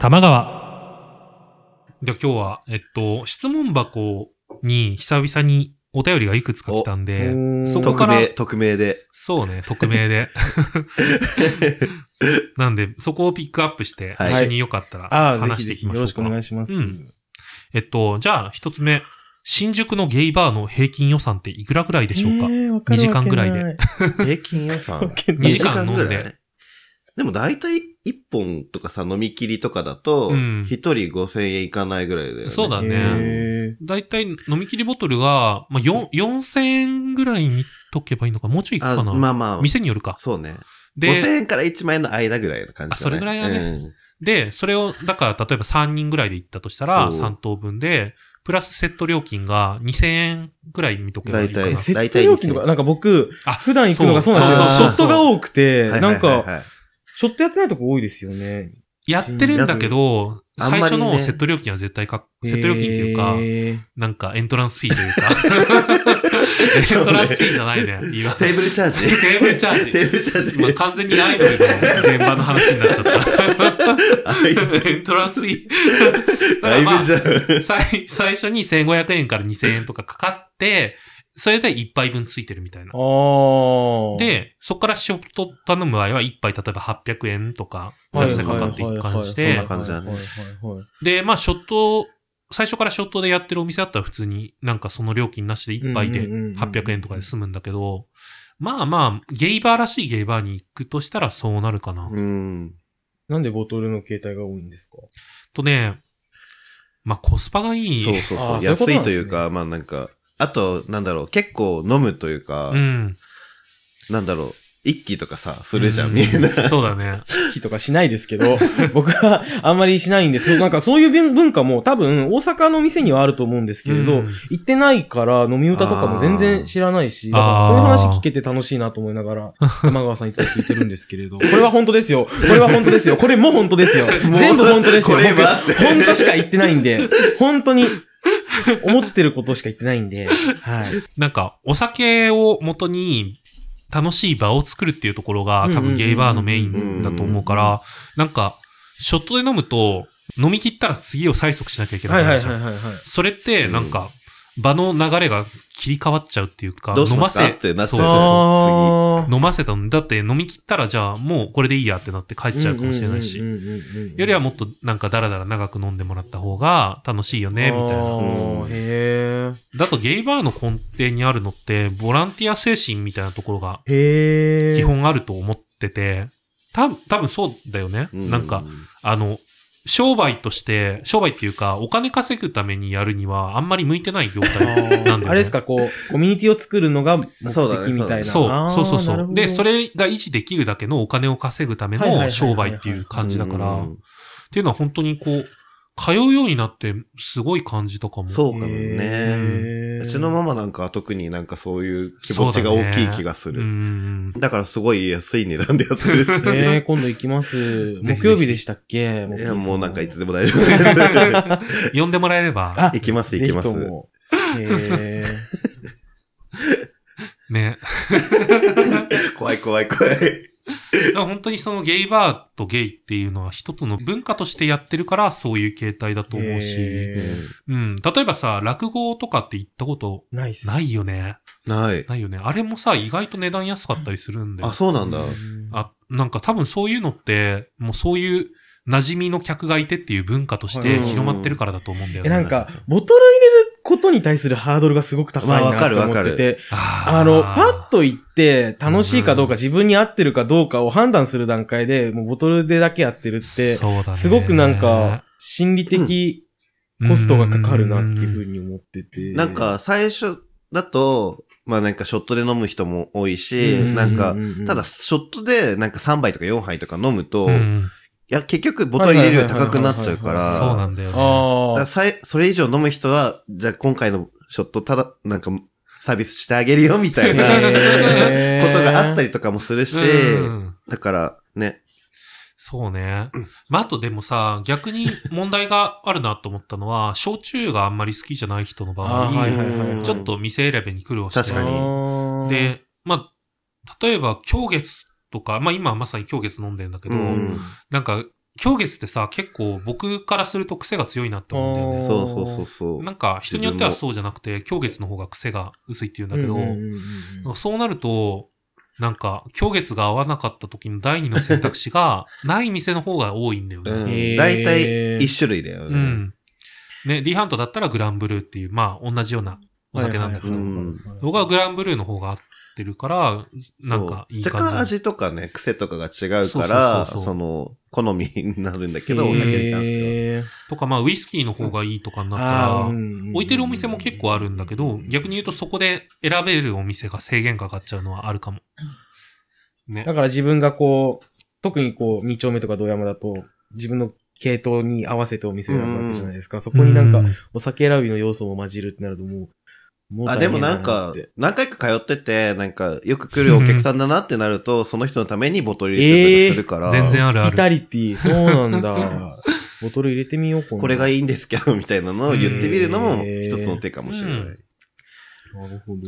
玉川。じゃあ今日は、えっと、質問箱に久々にお便りがいくつか来たんで、そこ匿から名、、匿名で。そうね、匿名 で。なんで、そこをピックアップして、はい一緒によかったらああ、ぜ話ひしてぜいひきよましょろうしか。くお願いします。うんえっと、じゃあ一つ目。新宿のゲイバーの平均予算っていくらくらいでしょうか、えーわかる二時間ぐらいでわ平均予 算。けない二時間飲んで二時間ぐらい。でも大体1本とかさ、飲み切りとかだと、うん1人5000円いかないぐらいだよね。そうだねえだいたい飲み切りボトルが、まあ、4、4000円ぐらい見とけばいいのか、もうちょいいくあかな、まあまあ、店によるか。そうね。5000で、円から1万円の間ぐらいの感じだね。あそれぐらいだねうんで、それを、だから例えば3人ぐらいで行ったとしたら、そう3等分で、プラスセット料金が2000円ぐらい見とけばいいかな。だいー、たいセット料金とか、なんか僕、あ普段行くのがそうなんですよ。シそうョットが多くて、はいはいはいはいなんか、ショットやってないとこ多いですよね。やってるんだけど、あんま最りね初のセット料金は絶対か、セット料金っていうか、えなんかエントランスフィーというか、 エントランスフィーじゃないね。今テーブルチャージ テーブルチャージテーブルチャージ。今完全にアイドルの現場の話になっちゃ った。あいエントランスフィー。 だいぶじゃん。最最初に1500円から2000円とかかかって、それで1杯分ついてるみたいなー、。ああ。、で、そこからショット頼む場合は1杯例えば800円とか、プはいラスでかかっていく感じはいではいはいはいそんな、感じだねはいはいはいはいで、まあショット、最初からショットでやってるお店だったら普通になんかその料金なしで1杯でうんうんうんうん800円とかで済むんだけど、まあまあ、ゲイバーらしいゲイバーに行くとしたらそうなるかな。うん。なんでボトルの携帯が多いんですかとね、まあコスパがいい。そうそうそあう。ーそういうこと安なんですいねというか、まあなんか、あと、なんだろう、結構飲むというか、うん。なんだろう、一気とかさ、するじゃ、うんみんな。そうだね。日とかしないですけど、 僕はあんまりしないんです。なんかそういう文文化も多分大阪の店にはあると思うんですけれど、うん行ってないから飲み歌とかも全然知らないし、だからあーそういう話聞けて楽しいなと思いな がら、山川さんいつも聞いてるんですけれど、これは本当ですよ。これは本当ですよ。これも本当ですよ。もう全部本当ですよ。これ僕、は本当しか言ってないんで、本当に思ってることしか言ってないんで、はい。なんか、お酒を元に楽しい場を作るっていうところが多分ゲイバーのメインだと思うかうんうんら、なんか、ショットで飲むと、飲み切ったら次を催促しなきゃいけなはいいじゃはないいですかはいはいはい。それって、なんか、場の流れが切り替わっちゃうっていうか、どうし飲まますかせ、ってなっちそゃううそうそうあー飲ませたの。だって飲み切ったらじゃあもうこれでいいやってなって帰っちゃうかもしれないしうん。うんうんうんうんよりはもっとなんかダラダラ長く飲んでもらった方が楽しいよね、みたいな。あーうんへーだとゲイバーの根底にあるのって、ボランティア精神みたいなところがへー基本あると思ってて、多分、多分そうだよね。うなんか、、あの、商売として、商売っていうか、お金稼ぐためにやるには、あんまり向いてない業界なんだよね。あれですか、こう、コミュニティを作るのが目的そうだねみたいな。そうあ、ーそうそうなるそほう。どで、それが維持できるだけのお金を稼ぐためはいはいはのいはいは商い売っていう感じだから、うっんていうのは本当にこう、通うようになって、すごい感じたかも。そうかもへね。ーうちのママなんかは特になんかそういう気持ちが大きい気がすうる。ん。だからすごい安い値段でやってる。ねえ、今度行きます。ぜひ木曜日でしたっけいや、もうなんかいつででも大丈夫 です。呼んでもらえれば、あ行きます行きますぜひとも へーね。怖い怖い怖い。だから本当にそのゲイバーとゲイっていうのは一つの文化としてやってるから、そういう形態だと思うし、へうん。例えばさ、落語とかって言ったことーナイス。ないよね。ない。ないよね。あれもさ、意外と値段安かったりするんだよあ、。そうなんだ。うあ、なんか多分そういうのって、もうそういう馴染みの客がいてっていう文化として広まってるからだと思うんだよんえ、ね。なんか、ボトル入れることに対するハードルがすごく高いなまあわかると思っわかてるて、あーあの、パッと行って、楽しいかどうか、自分に合ってるかどうかを判断する段階で、もうボトルでだけやってるって、そうだねすごくなんか、、心理的コストがかかるなっていうふうに思ってて。なんか、最初だと、まあなんかショットで飲む人も多いし、うんなんかう、ううただ、ショットでなんか3杯とか4杯とか飲むと、うん、ういんや、結局ボトル入れる量高くなっちゃうかそうら、なんだよ、ね。だかあらさいそれ以上飲む人は、じゃあ今回のショット、ただ、なんか、サービスしてあげるよ、みたあ。いなへこーとがあったりとかもするし、うんだから、ね。そうね。まあ、あとでもさ、逆に問題があるなと思ったのは、 焼酎があんまり好きじゃない人の場合、あーはいはいはいちょっと店選びに苦労して、確かにあー、で、まあ、例えば、今月とか、まあ今まさに今月飲んでんだけど、うんなんか、狂月ってさ、結構僕からすると癖が強いなって思うんだよね。そうそうそうそう。なんか人によってはそうじゃなくて、狂月の方が癖が薄いって言うんだけど、うんうんうんうんなんかそうなると、なんか、狂月が合わなかった時の第二の選択肢が、ない店の方が多いんだよね。うんへー大体一種類だようね。ん。ね、リハントだったらグランブルーっていう、まあ、同じようなお酒なんだけど、はいはいはい僕はグランブルーの方が合ってるから、なんかそういい若干感じ。味とかね、癖とかが違うから、そうそうそうそうその、好みになるんだけど、へーお酒に関しては。とか、まあ、ウイスキーの方がいいとかになったら、置いてるお店も結構あるんだけど、逆に言うとそこで選べるお店が制限かかっちゃうのはあるかも。ね。だから自分がこう、特にこう、二丁目とか道山だと、自分の系統に合わせてお店を選ぶわけじゃないですか。そこになんうか、お酒選びの要素も混じるってなるともう、もうあ、大で変もだなんなっかて、何回か通ってて、なんか、よく来るお客さんだなってなると、その人のためにボトル入れてたりするから、えー全然あるホスピタリティ、そうなんだ。 ボトル入れてみよう、今度これがいいんですけど、みたいなのを言ってみるのもへー一つの手かもしれない。うんなるほど。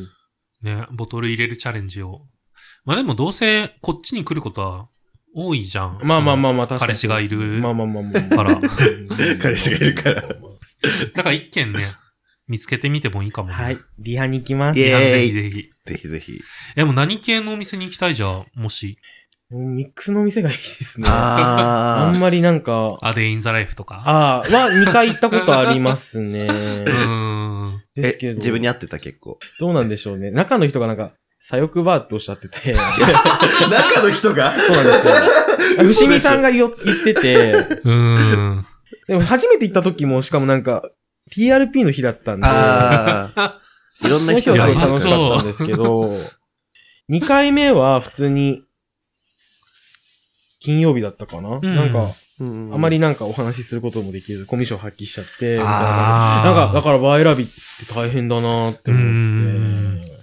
ね、ボトル入れるチャレンジを。まあでもどうせこっちに来ることは多いじゃん。まあまあまあまあ、確かに。彼氏がいるまあまあまあまあ。 から彼氏がいる からだから一軒ね、見つけてみてもいいかもね。はい。リハに行きます。イエーイぜひぜひ。ぜひぜひ。え、もう何系のお店に行きたいじゃん、もし。もうミックスの店がいいですね。ああんー。まりなんか、アデインザライフとか。ああ、は2回行ったことありますねう。ーん。ですけえ、ど、自分に合ってた結構。 どうなんでしょうね。中の人がなんか、左翼バーっておっしゃってて、中の人がそうなんですよ。 あ伏見さんがよ言ってて、うーん。でも初めて行った時も、しかもなんか、TRP の日だったんで、ああ。いろんな人ががすいごるいから楽しかったんですけど、2回目は普通に、金曜日だったかな、んなんか、うんあまりなんかお話しすることもできず、コミュ障発揮しちゃって、みたいあな。ーなんか、だから場選びって大変だなって思って。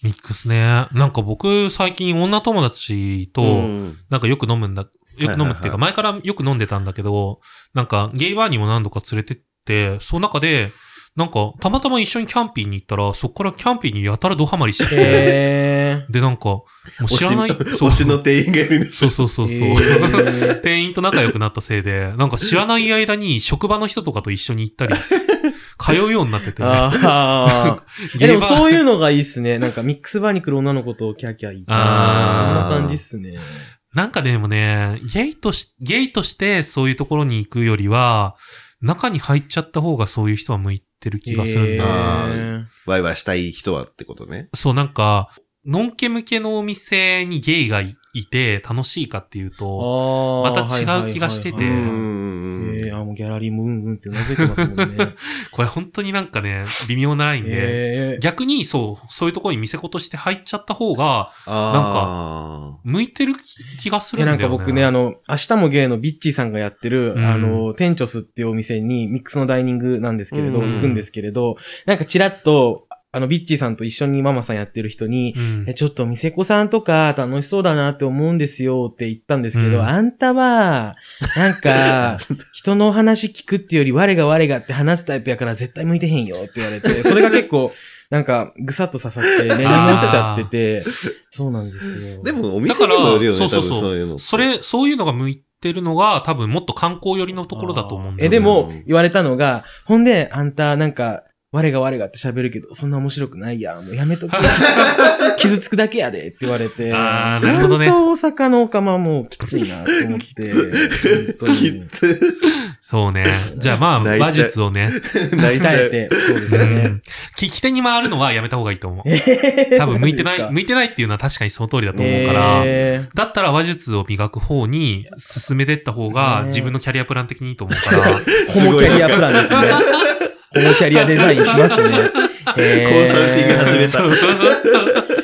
ミックスね。なんか僕、最近女友達と、うんなんかよく飲むんだ、よく飲むっていうはいはいはか、い前からよく飲んでたんだけど、なんかゲイバーにも何度か連れてって、その中で、なんか、たまたま一緒にキャンピーに行ったら、そこからキャンピーにやたらドハマりしてて、へで、なんか、もう知らない、推しそう推しの店員がいるんでしょそうそうそー。うそう。へ ー店員と仲良くなったせい で、なんか知らない間に職場の人とかと一緒に行ったり、通うようになってて、あーえゲでイもバーそういうのがいいっすね。なんかミックスバーに来る女の子とキャーキャー言って。そんあーな感じっすね。なんかでもね、ゲイとし、ゲイとしてそういうところに行くよりは、中に入っちゃった方がそういう人は向いてる気がするんだよねへーへーワイワイしたい人はってことね。そう、なんか、ノンケ向けのお店にゲイがいいて楽しいかっていうと、あーまた違うはいはいはいはい気がしててううんんえー、あ、もうギャラリーもうんうんってうなずいてます もんね。これ本当になんかね、微妙なラインで、えー、逆にそう、そういうところに店子として入っちゃった方が、あ向いてる気がすいるやんだなよんね。か僕ね、あの、明日もゲイのビッチーさんがやってる、うんあの、店長スっていうお店にミックスのダイニングなんですけれど、うん行くんですけれど、なんかチラッと、あの、ビッチーさんと一緒にママさんやってる人に、うんえちょっと店子さんとか楽しそうだなって思うんですよって言ったんですけど、うんあんたは、なん か、人の話聞くっていうより我が我がって話すタイプやから絶対向いてへんよって言われて、それが結構、なんか、ぐさっと刺 さって、根に持っちゃってて、そうなんですよ。ーでうもお店にもよるよね、だから多分そういうの。そ、れ、そういうのが向いてるのが、多分もっと観光寄りのところだと思うんだえ、よね。でもうん、言われたのが、ほんで、あんた、なんか、我が我がって喋るけど、そんな面白くないやん。もうやめと け。傷つくだけやでって言われて。あーなるほどね本当大阪のオカマもうきついなと 思って。本当きに。つ。そうね。じゃあまあ、 泣いちゃう馬術をね、泣いちゃ鍛えう。て。そうですうねん。聞き手 に回るのはやめた方がいいと思う。多多分向いて ない、向いてないっていうのは確かにその通りだと思うから、ら。だったら話術を磨く方に進めてった方がね自分のキャリアプラン的にいいと思うから、ホモキャリアプランですね。ホモキャリアデザインしま すね。コンサルコンサルティング 始めたそう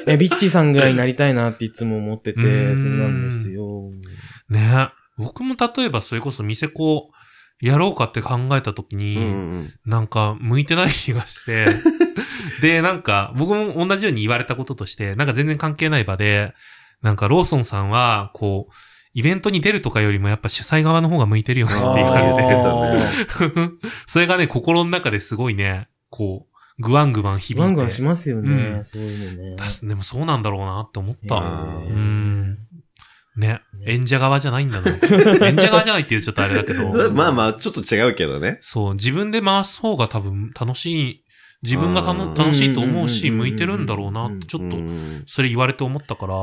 え、ビッチーさんぐらいになりたいなっていつも思ってうーて、んそうなんですよ。 ね僕も例えばそれこそ店子やろうかって考えた時に、うんなんか向いてない気が して、で、なんか僕も同じように言われたこととして、なんか全然関係ない場で、なんかローソンさんは、こう、イベントに出るとかよりもやっぱ主催側の方が向いてるよねってあー言われて言われてたね それがね、心の中ですごいね、こう、ぐわんぐわん響いて。ガンガンしますよね、うんそういうのね。確かにでもそうなんだろうなって思っあた。ーうん。ね。ね演者側じゃないんだな。演者側じゃないっていうちょっとあれだけど。 まあまあ、ちょっと違うけどね。そう、自分で回す方が多分楽しい、自分がたのあー楽しいと思うし、うんうんうん向うんいてるんだろうなって、ちょっと、と。それ言われて思ったから、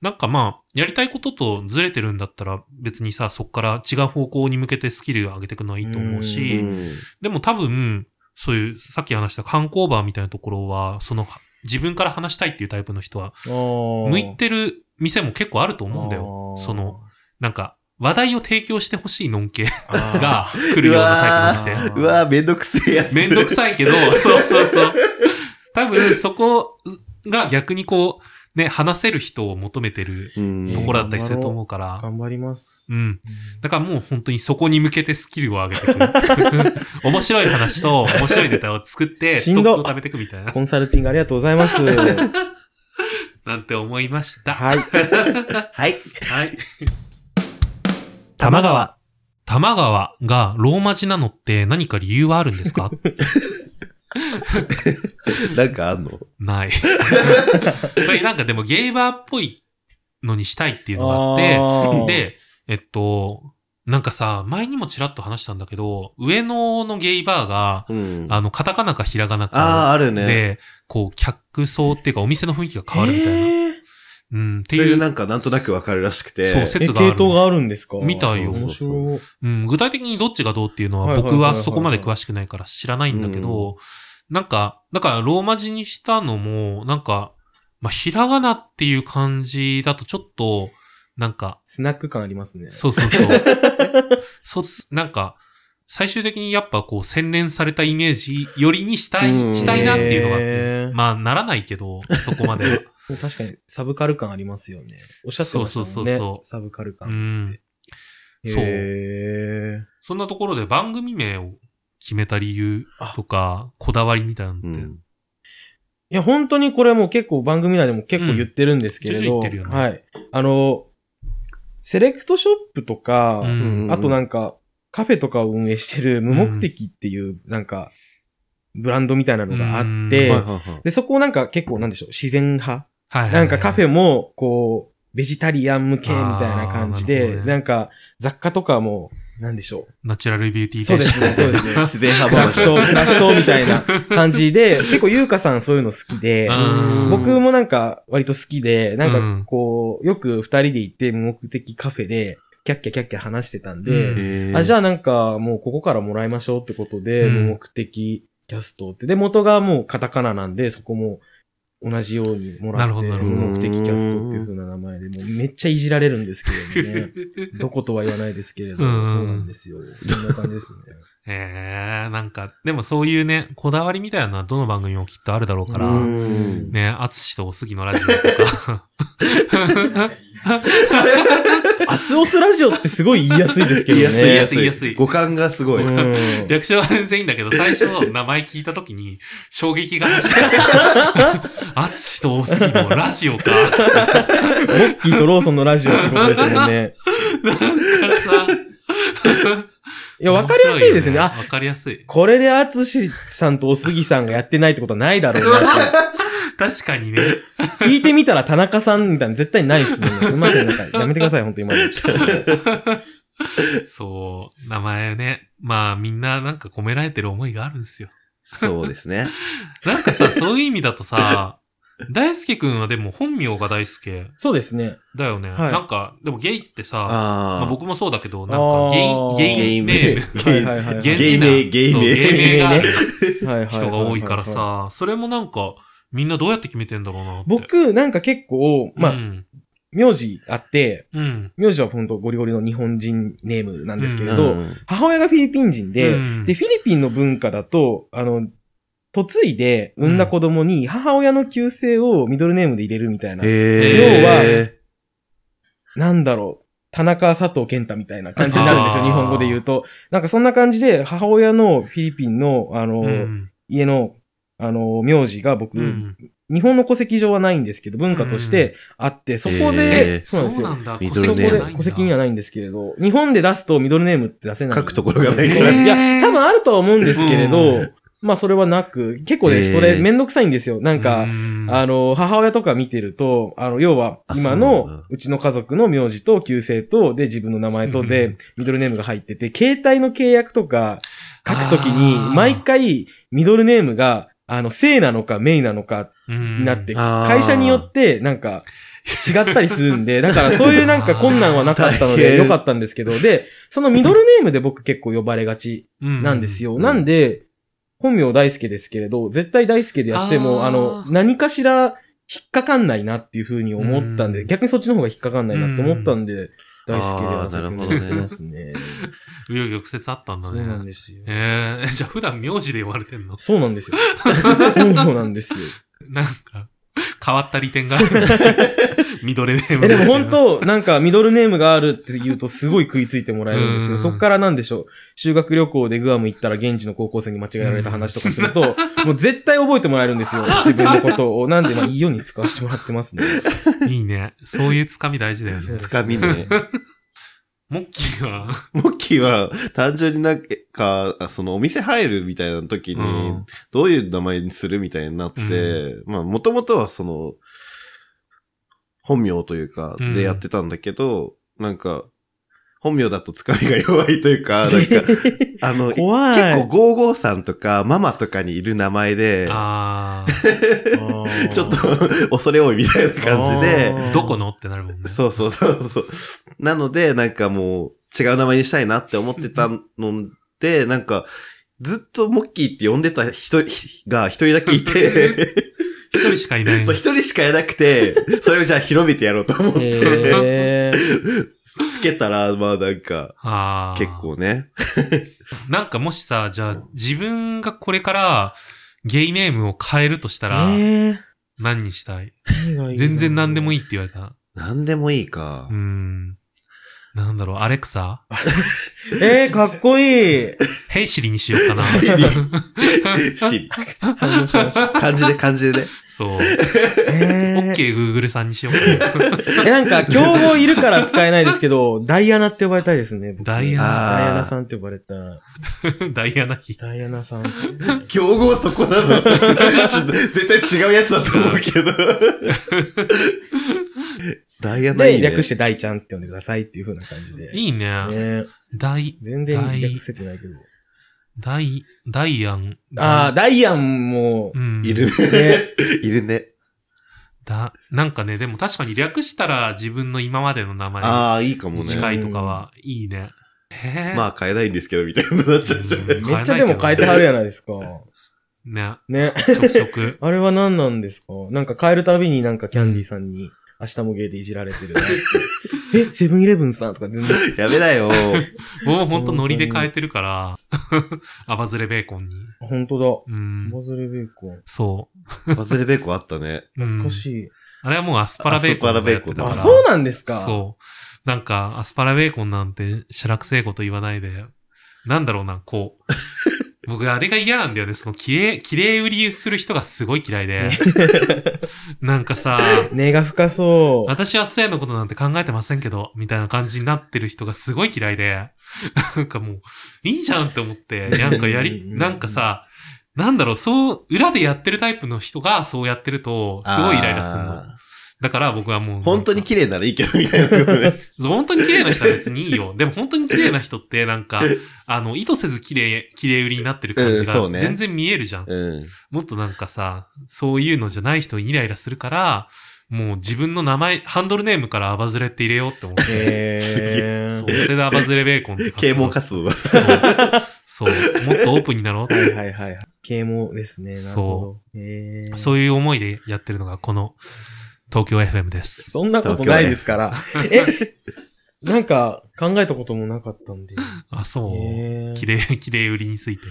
なんかまあ、やりたいこととずれてるんだったら、別にさ、そっから違う方向に向けてスキルを上げていくのはいいと思ううし、うんでも多分、そういう、さっき話した観光バーみたいなところは、その、自分から話したいっていうタイプの人は、向向いてる店も結構あると思うんだよ。その、なんか、話題を提供してほしいのんけがが、来るようなタイプのう店わー。うわぁ、めんどくせえやつ。めんどくささい けど、そうそうそう。多分、そこが逆にこう、ね、話せる人を求めてるいところだったりすると思うから、頑張ります。うん。だからもう本当にそこに向けてスキルを上げていく。 面白い話と面白いネタを作って、 しスんトどックを貯めていくみたいな、 コンサルティングありがとうございます。なんて思いました。はい。はい。はい。玉川。玉川がローマ字なのって何か理由はあるんです かなんかあんのない。 やっぱりなんかでもゲイバーっぽいのにしたいっていうのがあって、あー、で、えっと、なんかさ、前にもちらっと話したんだけど、上野のゲイバーが、うん。ああの、カタカナかひらがなあー、かあるで、ね。こう、客層っていうか、お店の雰囲気が変わるみたいな。えーうん、ってそういいうう、なんかなんとなくわかるらしくて。そうせえ、説があ系る統があるんですかみたいよ面白い。うん、具体的にどっちがどうっていうのはは、いはいはい僕はいはそこまで詳しくないから知らないんだけど、なんか、だから、ローマ字にしたのも、なんか、まあ、ひらがなっていう感じだとちょっと、なんか、スナック感ありますね。そうそうそう。そう つ、なんか、最終的にやっぱこう洗練されたイメージよりにしたい、うんしたいなっていうのがあっへてー。まあ、ならないけ ど、そこまでは。確かにサブカル感ありますよね。おっしゃってましたもんね。そうそうそうそうサブカルう感。ん。へそうーそんなところで番組名を決めた理由とか、こだわりみたいなのって。うん。いや、本当にこれも結構番組内でも結構言ってるんですけれうんちょど、いちょい言ってるよねはい。あの、セレクトショップとか、うんあとなんか、んか、カフェとかを運営してる無目的っていう、なんか、ブランドみたいなのがあって、うんはいはいはいで、そこをなんか結構なんでしょう、自然派はいはいはいなんかカフェも、こう、ベジタリアン向けみたいな感じあーなで、るなほどねんか、雑貨とかも、なんでしょナチュラルビューティう。ーそうですね、そうです ね。自然ク派ラフ話。ト、クラフトみたいな感じで、結構優香さんそういうの好きで、うん 僕もなんか割と好きで、うなんんかこう、よく二人で行って無目的カフェで、キャッキャキャッキャ話してたんうで、あ、じゃゃあなんかもうここからもらいましょうってことで、うん無目的キャストって。で、元がもうカタカナなんで、そこも同じようにもならっるて、ほどなるほど無目的キャストっていう風な名前で、もうめっちゃいじられるんですけれども ね。どことは言わないですけれど、うんそうなんですよ。そんな感じですね。えー、なんか、でもそういうね、こだわりみたいなのはどの番組もきっとあるだろうから、うんね、アツシとおすぎのラジオとか。アツオスラジオってすごい言いやすいですけ言いどやね。すい言い 言いややすすい。い五感がすごい。うん略称は全然いいんだ けど、最初、名前聞いたときに、衝撃が走った。 アツシと大杉のラジオか。ボッキーとローソンのラジオってことですもんね。なんかさいや、わかりやすいですね。わあ、かりやすい。これでアツシさんとおすぎさんがやってないってことはないだろうなって。確かにね。 聞いてみたら田中さんみたいなの絶対ないですもんね。すみません、な んかやめてください、本当に今のちょっとそう、名前ね。まあ、みんななんか込められてる思いがあるんですよ。そうですね。なんか さ、そういう意味だとさ、大輔くんはでも本名が大輔そうですね。だよね。はいなんか、でもゲイってさ、まああ、あ。僕もそうだけど、なんかゲイ、ゲイネーム。はいはいはい。ゲゲイイ現地な名、ゲイそう名。芸名があるはいはいはいはい人が多いから。さ、それもなんか、みんなどうやって決めてんだろうなって。僕、なんか結構、まうあ、ん。名字あって、うん。名字は本当ゴリゴリの日本人ネームなんですけれうど、ん母親がフィリピン人でう、んで、フィリピンの文化だと、あの、嫁いで産んだ子供に母親の旧姓をミドルネームで入れるみたいな。へなんだろう。田中佐藤健太みたいな感じになるんですあよ。ー日本語で言うと。なんかそんな感じで、母親のフィリピンの、あの、うん家の、あの、名字が僕、うん日本の戸籍上はないんですけど、文化としてあって、そこへで、ーそうなんですそうなよ。んだ。ミ戸ドルそこ籍ネームがないんでだ。戸籍にはないんですけれど、日本で出すとミドルネームって出せえ。ない。書くところがなえいーから。いや、多分あるとは思うんですけれど、うんまあそれはなく、結構ね、えーそれめんどくさいんですよ。なんか、ああの、母親とか見てると、あの、要は、あ今そうなんのだ、うちの家族の名字と旧姓と、で、自分の名前とうんで、ミドルネームが入ってて、携帯の契約とか書くときにあー、毎回、ミドルネームが、あの、姓なのか、メイなのか、になって、うんあー会社によって、なんか、違ったりする んで、だからそういうなんか困難はなかったの大で、変よかったんですけど、で、そのミドルネームで僕結構呼ばれがちなんですよ。うんなんで、本名大輔ですけれど、絶対大輔でやっても、あーあの、何かしら引っかかんないなっていうふうに思ったんうで、ん逆にそっちの方が引っかかんないなって思ったんで、大輔ではあーななるほるどねほどますね。紆余曲折あったんだそうなんね。ですよ。えー、じゃ あ普段名字で呼ばれてんの そうなんですよ。 そうなんですよ。なんか、変わった利点がある。 ミドルネームえ、でも本本当当、なんか、ミドルネームがあるって言うとすごい食いついてもらえるんですうんよ。そっからなんでしょう。修学旅行でグアム行ったら現地の高校生に間違えられた話とかする と、もう絶対覚えてもらえるんですよ。自分のことを。なんで、まあ、いいように使わせてもらってますね。いいね。そういうつかみ大事だよそねう。つかみね。モッキーは、モッキーは、単純になんか、そのお店入るみたいな時うにん、どういう名前にするみたいになって、まあ、もともとはその、本名というか、うんでやってたんだけど、なんか、本名だとつかみが弱いとい うか、なんか、あの、結 怖い。構ゴーゴーさんとかママとかにいる名前で、あ 構ちょっと 恐れ多いみたいな感じで、あ、どこのってなるもんね。そうそうそうそう。なので、なんかもう、違う名前にしたいなって思ってたので、なんか、ずっとモッキーって呼んでた人が一人だけいて、一人しかいないそう。一人しかいなくて、それをじゃあ広めてやろうと思って、えーつけたら、まあなんか、ああ。結。構ね。なんかもしさ、じゃあ自分がこれからゲイネームを変えるとしたら、えー何にしたい何がいい全然何でもいい。いいって言われた。なんでもいいかうー。ん。なんだろう、アレクサえー、か っこいい。ヘイシリにしようかな。シリし反応しました漢字で漢字でね。そう。えー OK、Google さんにしようかな。え、なんか、競合いるから使えないですけど、ダイアナって呼ばれたいですね。僕ダイアナダイアナさんって呼ばれたい。 ダイアナ妃。ダイアナさん。競合そこなの絶対違うやつだと思うけど。ダイアナいで、いね。略してダイちゃんって呼んでくださいっていう風な感じで。いいね。ねダイ、全然略せてないけど。ダイ、ダイアン。ああ、ダイアンもう、ん。いるね。 ね、いるね。だ、なんかね、でも確かに略したら自分の今までの名前ああ、いいかもにね。近いとかはいいね。へえ。まあ変えないんですけど、みたいになっちゃうじゃん。うんめっちゃでも変えてはるやないですか。ね、ね。ちょくちょく。あれは何なんですかなんか変えるたびになんかキャンディーさんに、明日もゲーでいじられてるな って。え、セブンイレブンさんとか全然。やめなよ。僕もほんとノリで変えてるから、アバズレベーコンに。本当うだ。ん。バズルベーコン。そバズレベーコンあったね。う。うん懐かしい。あれはもうアスパラベーコンとかやってたから。あ、そうなんですかそう。なんか、アスパラベーコンなんて、しゃらくせえこと言わないで、なんだろうな、こう。僕、あれが嫌なんだよね。その、綺麗、綺麗売りする人がすごい嫌い で。なんかさ、根が深そう。私は性のことなんて考えてませんけど、みたいな感じになってる人がすごい嫌いで、 なんかもう、いいじゃんって思って、なんかやり、うんなんかさ、なんだろう、そう、裏でやってるタイプの人がそうやってると、すごいイライラするの。あだから僕はもう。ー本当に綺麗ならいいけど、みたいなこ とね。そう本当に綺麗な人は別にいいよ。 でも本当に綺麗な人ってなんか、あの、意図せず綺麗、綺麗売りになってる感じうんそがうね全然見えるじゃん。うん。もっとなんかさ、そういうのじゃない人にイライラするから、もう自分の名前、ハンドルネームからアバズレって入れようって思って。えそう、ー。それでアバズレベーコン って活動啓蒙活動だ。そう。そう。もっとオープンになろうって。はいはいはいはい。啓蒙ですね。なるほど。えー、そういう思いでやってるのがこの東京 FM です。そんなことないですから。えなんか考えたこともなかったんで。あ、そう。えー綺麗、綺麗売りについて。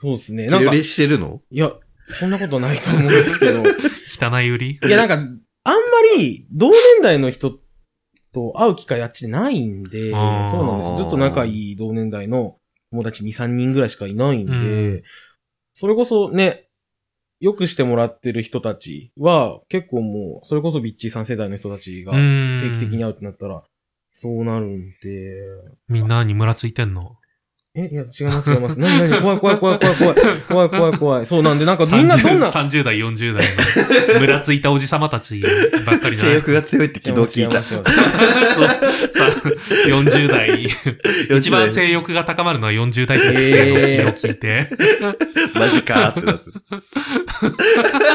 そうですね。綺なんか、麗いしてるのや、そんなことないと思うんですけど。い汚い売りやなんか、あんまり同年代の人と会う機会あっちでないんで、そうあーなんです。ずっと仲いい同年代の友達2、3人ぐらいしかいないんで、うんそれこそね、よくしてもらってる人たちは、結構もう、それこそビッチーさん世代の人たちが、ん定期的に会うってなったら、そうなるんで、みんなにムラついてんのえ、いや、違います、違います。何、何、怖い、怖い、怖い、怖い、怖い、怖い、怖い、怖い。そうなんで、なんかみんなどんな、 30代、40代 の、ムラついたおじさまたちばっかりな。性欲が強いって昨日聞いた。違います違いますそうさ40代。一番性欲が高まるのは40代っていうのを昨日聞いて。マジかーってなって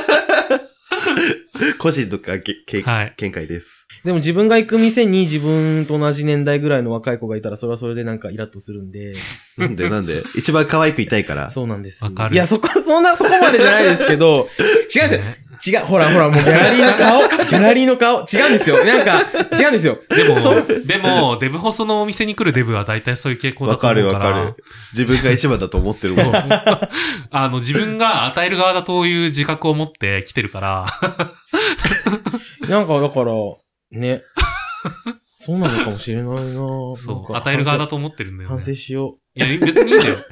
る。個人のかけけ、はい見解です。でも自分が行く店に自分と同じ年代ぐらいの若い子がいたら、それはそれでなんかイラッとするんで。なんでなんで一番可愛くいたいから。そうなんです。わかるいや、そこ、そんな、そこまでじゃないです けど、違うんですよ。ね違う、ほらほら、もうギャラリーの顔、ギャラリーの顔、違うんですよ。なんか、違うんですよ。でそも、でも、デブ細のお店に来るデブは大体そういう傾向だわとか思うるから。わかる。自分が一番だと思ってるも ん。あの、自分が与える側だという自覚を持って来てるから、なんか、だから、ね。そうなのかもしれないなぁなんそかう、与える側だと思ってるんだよ反ね。省しよいや、別にいいんだよ。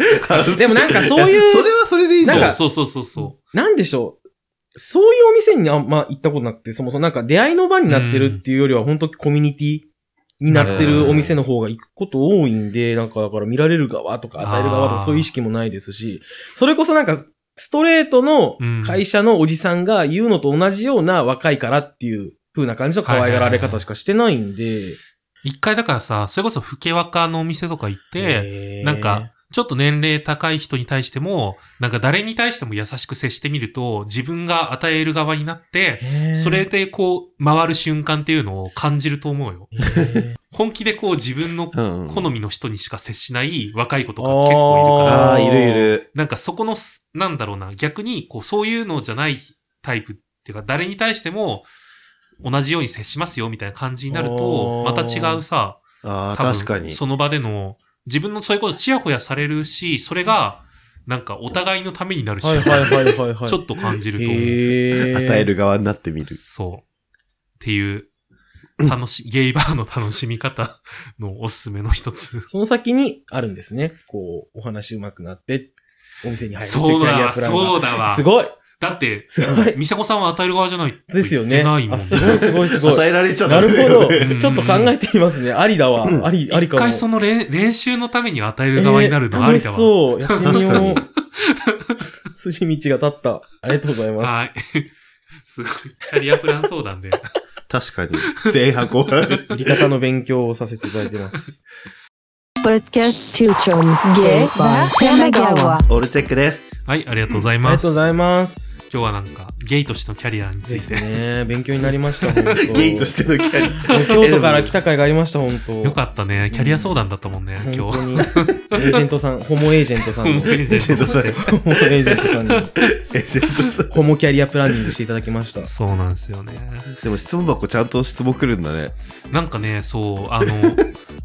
う。でもなんかそういう、それはそれでいいじゃ なんん。かそうそうそうそなんでしょう。そういうお店にあんま行ったことなくて、そもそもなんか出会いの場になってるっていうよりは、本当コミュニティになってるお店の方が行くこと多いんで、なんかだから見られる側とか与える側とかあーそういう意識もないですし、それこそなんかストレートのうん会社のおじさんが言うのと同じような若いからっていう風な感じの可愛がられ方しかしてないんで、う。一回だからさ、それこそ、ふけわかのお店とか行って、へーなんか、ちょっと年齢高い人に対しても、なんか誰に対しても優しく接してみると、自分が与える側になって、へー、それでこう、回る瞬間っていうのを感じると思うよ。へー、 本気でこう、自分のうんうん好みの人にしか接しない若い子とか結構いるから、ああ、いるいる。なんかそこのす、なんだろうな、逆に、こう、そういうのじゃないタイプっていうか、誰に対しても、同じように接しますよ、みたいな感じになると、あまーた違うさ、ああ、多分確かに。その場での、自分のそういうこと、ちやほやされるし、それが、なんか、お互いのためになるし、はいはいはいはいはい。ちょっと感じると思う。へー与える側になってみる。そう。っていう、楽し、ゲイバーの楽しみ方のおすすめの一つ。その先にあるんですね。こう、お話上手くなって、お店に入るっていそうキャだリアわ、プランが。そうだわす。ごいだって、すごいミシャコさんは与える側じゃない。ですよ言ね。ってないもんあ、すごいすごいすご与 い。えられちゃなダメだるよほねど。ちょっと考えていますね。ありだわう。んあり、あり一かも。回その練練習のために与える側になるのありだえわ。ー楽しそう。やって みよ確う。 筋道が立った。ありがとうございまはい。 すごい。キャリアプラン相談で。 確かに。前半後半。す。売り方の勉強をさせていただいてます。 Podcast Tuchon Gay Bar Kanagawa. オールチェックです。はい、ありがとうございあり がます。とうございます。今日はなんか、ゲイとしてのキャリアにつでいすて。ね。勉強になりました、本当ゲイとしてのキャリア。もう京都から来た会がありました、本当よかったね。キャリア相談だったもんね、今本 日。当に。エージェントさん、ホモエージェントさんホの。ームページでエージェントさん。エホモエージェントさんに、ージェントさホモキャリアプランニングしていただきました。 そうなんですよね。ん。でも質問箱ちゃんと質問来るんだね。なんかね、そう、あの、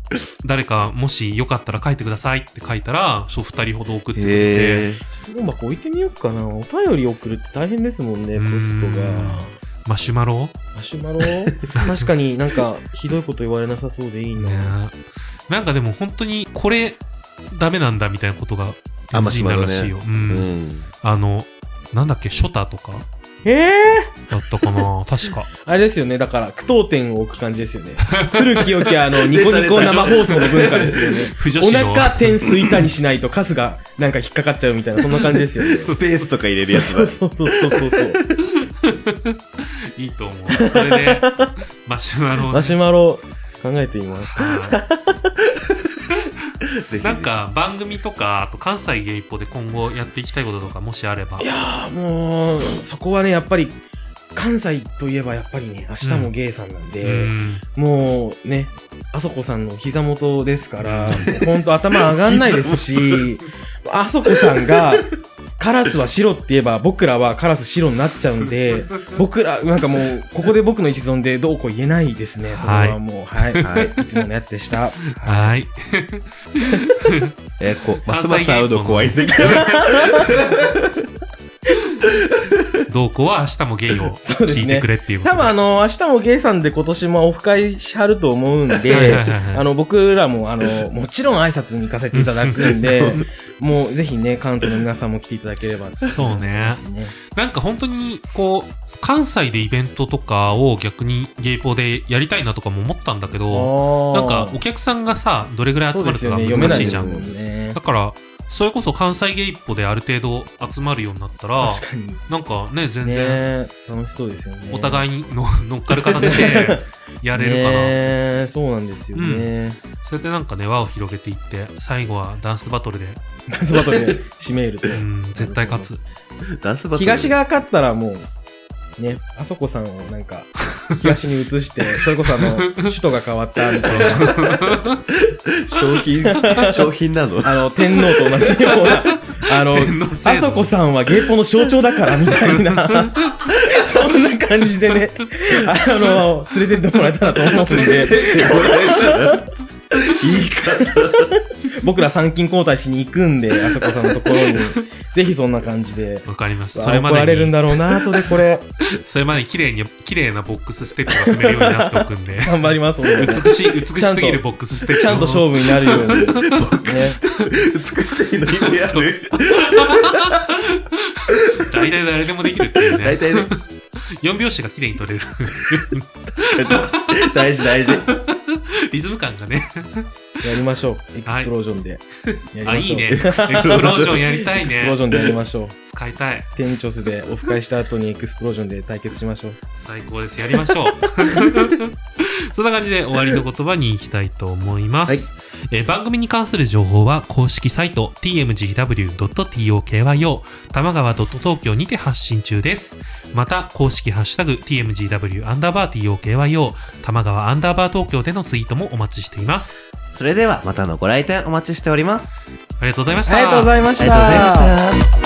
誰かもしよかったら書いてくださいって書いたら、そう、二人ほど送ってくれて、へえ。質問箱置いてみようかな。お便り送るって大変ですもんね、うーんポストが。マシュマロマシュマロ確かになんか、ひどいこと言われなさそうでいいねな。なんかでも本当に、これ、ダメなんだみたいなことが、あマシュマロね NG になるらしいよ。ううんん。あの、なんだっけ、ショタとかええだったか な確か。ー、あれですよね。だから、句読点を置く感じですよね。古き良きあの、ニコニコ出た出た生放送の文化ですよね。 不女お子の。腹点数以下にしないとカスがなんか引っかかっちゃうみたいな、そんな感じですよ ね。スペースとか入れるやつそうだ。そうそうそうそうそう。いいと思う。それ で、マシュマロをね、マシュマロ考えています。はいぜひなん、か番組とか、あと関西ゲイポで今後やっていきたいこととかもしあれば。いやーもう、そこはね、やっぱり、関西といえばやっぱりね、明日もゲイさんなんうで、ん。もうね、あそこさんの膝元ですから、ほんと頭上がんないです し、あそこさんが、カラスは白って言えば僕らはカラス白になっちゃうんで、僕ら、なんかもう、ここで僕の一存でどうこう言えないですね、それはもう、はい。はい。いつものやつでした。はい。えー、こ、ますます会うの怖いんだけど。どうこうは明日もゲイをそうですね聞いてくれっていうこと多で分あの、明日もゲイさんで今年もオフ会しはると思うんはいではいはいはい、あの、僕らも あの、もちろん挨拶に行かせていただくんで、もうぜひね、関東の皆さんも来ていただければですね。そうね。なんか本当に、こう、関西でイベントとかを逆にゲイポでやりたいなとかも思ったんだけど、ななんかお客さんがさ、どれぐらい集まるとか難しいじゃん。ん。だから、それこそ関西芸一歩である程度集まるようになったら、確かに。なんかね、全ね然、え楽しそうですよね。おい互いにの 乗っかる形でやれるかな。ねえそうなんですよね。それでなんかね、輪を広げていって、最後はダンスバトルで、ダンスバトルで締め るとう。ん、絶対勝つ。ダンスバトル。東が勝ったらもう、ね、あそこさんをなんか、東に移して、それこそあの、首都が変わったみたいな、商品、商品な の。あの、天皇と同じよう な、あの、天皇制度あそこさんは芸法の象徴だからみた いな、そんな感じでね、あの、連れてってもらえたらと思うんで、いいか。僕ら参勤交代しに行くんで、あそこさんのところに、ぜひそんな感じで。わかりました。わそあれま怒られでるんに、だろうな、後でこれ。、それまでに綺麗に、綺麗なボックスステップが踏めるようになっておくんで頑張ります、俺も美しい、美しすぎるボックスステップを。ちゃんと勝負になるように。ね美しいの意味ある。大体誰でもできるっていう大ね。体ね、 4拍子が綺麗に取れる。 大事大事。リズム感がね。やりましょう。エクスプロージョンで。や あ、りまいしょ。いうね。エクスプロージョンやりたエいクスプロねージ。ョンでやりましょう。使いたい。テンチョスでオフ会した後にエクスプロージョンで対決しましょう。最高です。やりましょう。 そんな感じで終わりの言葉に行きたいと思います。はいえー番組に関する情報は公式サイト tmgw.tokyo 玉川 .tokyo にて発信中です。また、公式ハッシュタグ tmgw アンダーバー tokyo 玉川アンダーバー東京でのツイートもお待ちしています。それではまたのご来店お待ちしております。ありがとうございましあた。りがとうござい まあし。りがとうございましたた。